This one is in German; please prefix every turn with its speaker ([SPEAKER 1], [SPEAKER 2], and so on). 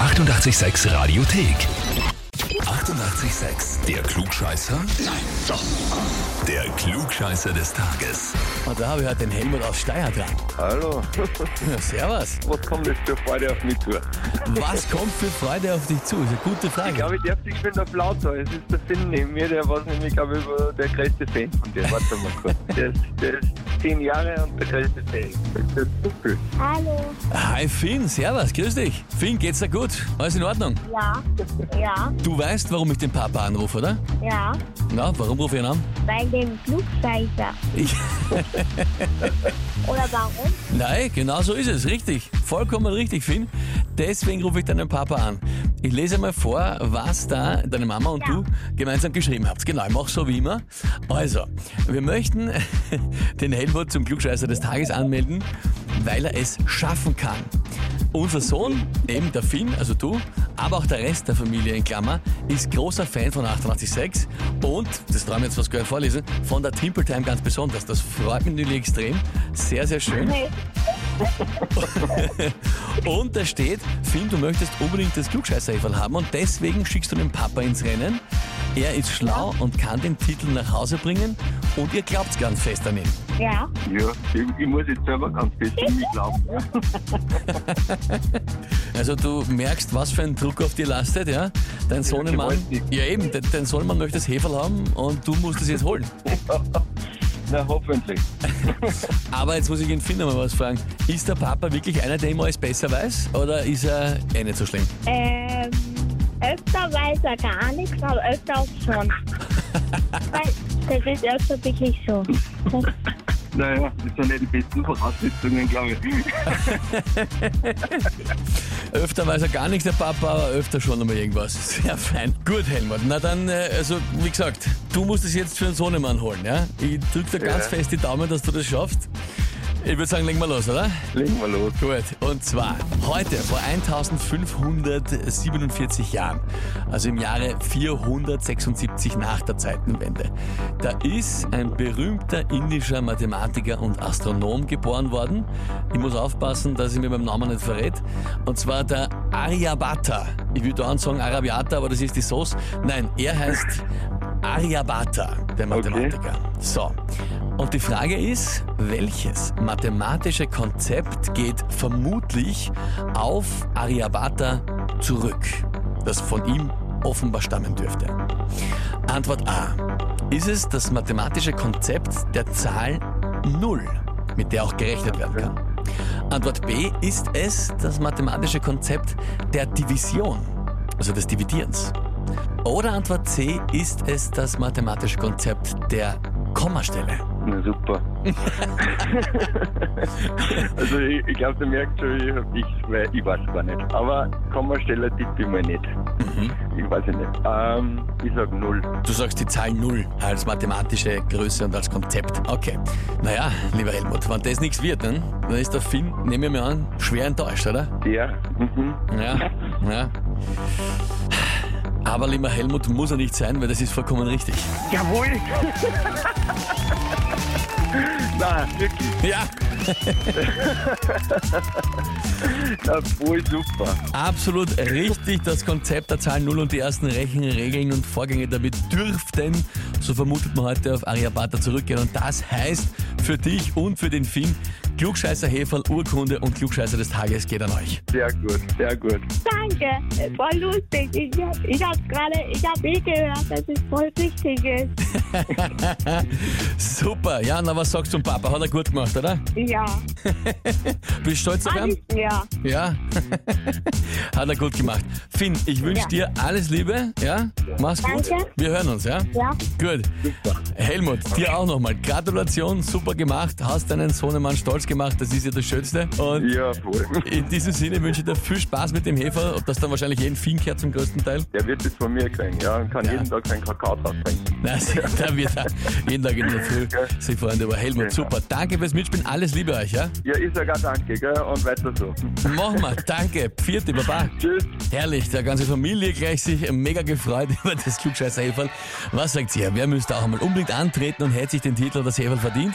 [SPEAKER 1] 886 Radiothek. 88,6. Der Klugscheißer? Nein, doch. Der Klugscheißer des Tages.
[SPEAKER 2] Und da habe ich heute den Helmut aus Steyr dran.
[SPEAKER 3] Hallo,
[SPEAKER 2] Ja, servus.
[SPEAKER 3] was kommt jetzt für Freude auf mich zu?
[SPEAKER 2] Was kommt für Freude auf dich zu? Ist eine gute
[SPEAKER 3] Ich
[SPEAKER 2] Frage.
[SPEAKER 3] glaube, ich darf dich schon auf laut sein. Es ist der Finn neben mir, der war nämlich, glaube ich, über der größte Fan von dir. Warte mal kurz. Der ist, der ist zehn Jahre und der größte Fan. Das ist so viel.
[SPEAKER 4] Hallo.
[SPEAKER 2] Hi Finn, servus, grüß dich. Finn, geht's dir gut? Alles in Ordnung?
[SPEAKER 4] Ja. Ja.
[SPEAKER 2] Du weißt, warum ich den Papa anrufe, oder?
[SPEAKER 4] Ja.
[SPEAKER 2] Na, warum rufe ich ihn an?
[SPEAKER 4] Bei dem Flugscheißer.
[SPEAKER 2] Ich,
[SPEAKER 4] Oder warum?
[SPEAKER 2] nein, genau so ist es, richtig. Vollkommen richtig, Finn. Deswegen rufe ich deinen Papa an. Ich lese mal vor, was da deine Mama und
[SPEAKER 4] Ja.
[SPEAKER 2] du gemeinsam geschrieben habt. Genau, ich mach so wie immer. Also, wir möchten den Helmut zum Klugscheißer des Tages anmelden, weil er es schaffen kann. Unser Sohn, eben der Finn, also du, aber auch der Rest der Familie in Klammer, ist großer Fan von 886 und, das trauen wir jetzt was gehört vorlesen, von der Timple Time ganz besonders. Das freut mich natürlich extrem. Sehr, sehr schön.
[SPEAKER 4] Nee.
[SPEAKER 2] Und da steht, Finn, du möchtest unbedingt das Klugscheißerhäferl haben und deswegen schickst du den Papa ins Rennen. Er ist schlau und kann den Titel nach Hause bringen und ihr glaubt ganz fest an ihn.
[SPEAKER 4] Ja.
[SPEAKER 3] Ja, ich, ich muss jetzt selber ganz fest in mich glauben. Ja.
[SPEAKER 2] Also du merkst, was für ein Druck auf dir lastet, ja? Dein Sohnemann,
[SPEAKER 3] gewaltig.
[SPEAKER 2] ja eben, de- dein Sohnemann möchte das Heferl haben und du musst es jetzt holen.
[SPEAKER 3] Na, hoffentlich.
[SPEAKER 2] Aber jetzt muss ich den Finn einmal was fragen. Ist der Papa wirklich einer, der immer alles besser weiß oder ist er eh nicht so schlimm?
[SPEAKER 4] Ähm, öfter weiß er gar nichts, aber öfter auch schon. Weil das ist öfter wirklich so.
[SPEAKER 3] Naja, das sind ja die besten Voraussetzungen, glaube ich.
[SPEAKER 2] Öfter weiß er gar nichts, der Papa, aber öfter schon einmal irgendwas. Sehr fein. Gut, Helmut. Na dann, äh, also wie gesagt, du musst es jetzt für den Sohnemann holen, ja? Ich drück dir ganz
[SPEAKER 3] Ja.
[SPEAKER 2] fest die Daumen, dass du das schaffst. Ich würde sagen, legen wir los, oder?
[SPEAKER 3] Legen wir los.
[SPEAKER 2] Gut, und zwar heute vor 1547 Jahren, also im Jahre 476 nach der Zeitenwende, da ist ein berühmter indischer Mathematiker und Astronom geboren worden. Ich muss aufpassen, dass ich mir beim Namen nicht verrät. Und zwar der Aryabhata. Ich würde auch sagen Arabiata, aber das ist die Sauce. Nein, er heißt Aryabhata, der Mathematiker. So. Und die Frage ist, welches mathematische Konzept geht vermutlich auf Aryabhata zurück, das von ihm offenbar stammen dürfte? Antwort A. Ist es das mathematische Konzept der Zahl 0, mit der auch gerechnet werden kann? Antwort B. Ist es das mathematische Konzept der Division, also des Dividierens? Oder Antwort C ist es das mathematische Konzept der Kommastelle.
[SPEAKER 3] Na super. also ich, ich glaube, du merkst schon, ich, hab- ich, wei- ich weiß gar nicht. Aber Kommastelle tippt immer nicht. Ich weiß es nicht. Ähm, ich sag null.
[SPEAKER 2] Du sagst die Zahl 0 als mathematische Größe und als Konzept. Okay. Naja, lieber Helmut, wenn das nichts wird, ne, dann ist der Finn, nehme ich mir an, schwer enttäuscht, oder?
[SPEAKER 3] Ja. Mhm.
[SPEAKER 2] Ja, ja. Aber lieber Helmut muss er nicht sein, weil das ist vollkommen richtig.
[SPEAKER 3] Jawohl. Na, wirklich.
[SPEAKER 2] Ja,
[SPEAKER 3] Na, voll super.
[SPEAKER 2] Absolut richtig. Das Konzept der Zahl 0 und die ersten Rechenregeln und Vorgänge damit dürften, so vermutet man heute, auf Aryabhata zurückgehen. Und das heißt für dich und für den Finn, Klugscheißer Heferl, Urkunde und Klugscheißer des Tages geht an euch.
[SPEAKER 3] Sehr gut, sehr gut.
[SPEAKER 4] Danke. Voll lustig. Ich, hab- ich habe gerade, ich habe eh gehört, dass es voll richtig ist.
[SPEAKER 2] Super. Ja, na was sagst du zum Papa? Hat er gut gemacht, oder?
[SPEAKER 4] Ja.
[SPEAKER 2] Bist stolz auf ihn?
[SPEAKER 4] Alles, ja.
[SPEAKER 2] Ja. Hat er gut gemacht. Finn, ich wünsche
[SPEAKER 4] Ja.
[SPEAKER 2] dir alles Liebe. Ja, mach's gut.
[SPEAKER 4] Danke.
[SPEAKER 2] Wir hören uns, ja?
[SPEAKER 4] Ja.
[SPEAKER 2] Gut. Helmut, dir auch nochmal. Gratulation, super gemacht. Hast deinen Sohnemann stolz gemacht. Das ist ja das Schönste. Und
[SPEAKER 3] Ja, voll.
[SPEAKER 2] in diesem Sinne wünsche ich dir viel Spaß mit dem Hefer. Ob das dann wahrscheinlich jeden Fien gehört zum größten Teil.
[SPEAKER 3] Der wird es von mir kriegen, ja, und kann jeden Tag seinen Kakao draus trinken.
[SPEAKER 2] Nein, da wird er jeden Tag in der Früh sich freuen über Helmut.
[SPEAKER 3] Genau.
[SPEAKER 2] Super. Danke fürs Mitspielen. Alles Liebe euch, ja?
[SPEAKER 3] Ja, ich sag auch danke, gell, und weiter so.
[SPEAKER 2] Machen wir. Danke. Vierte, Baba.
[SPEAKER 3] Tschüss.
[SPEAKER 2] Herrlich, der ganze Familie gleich sich mega gefreut über das Klugscheißer-Heferl. Was sagt ihr? Wer müsste auch einmal unbedingt antreten und hätte sich den Titel das Heferl verdient?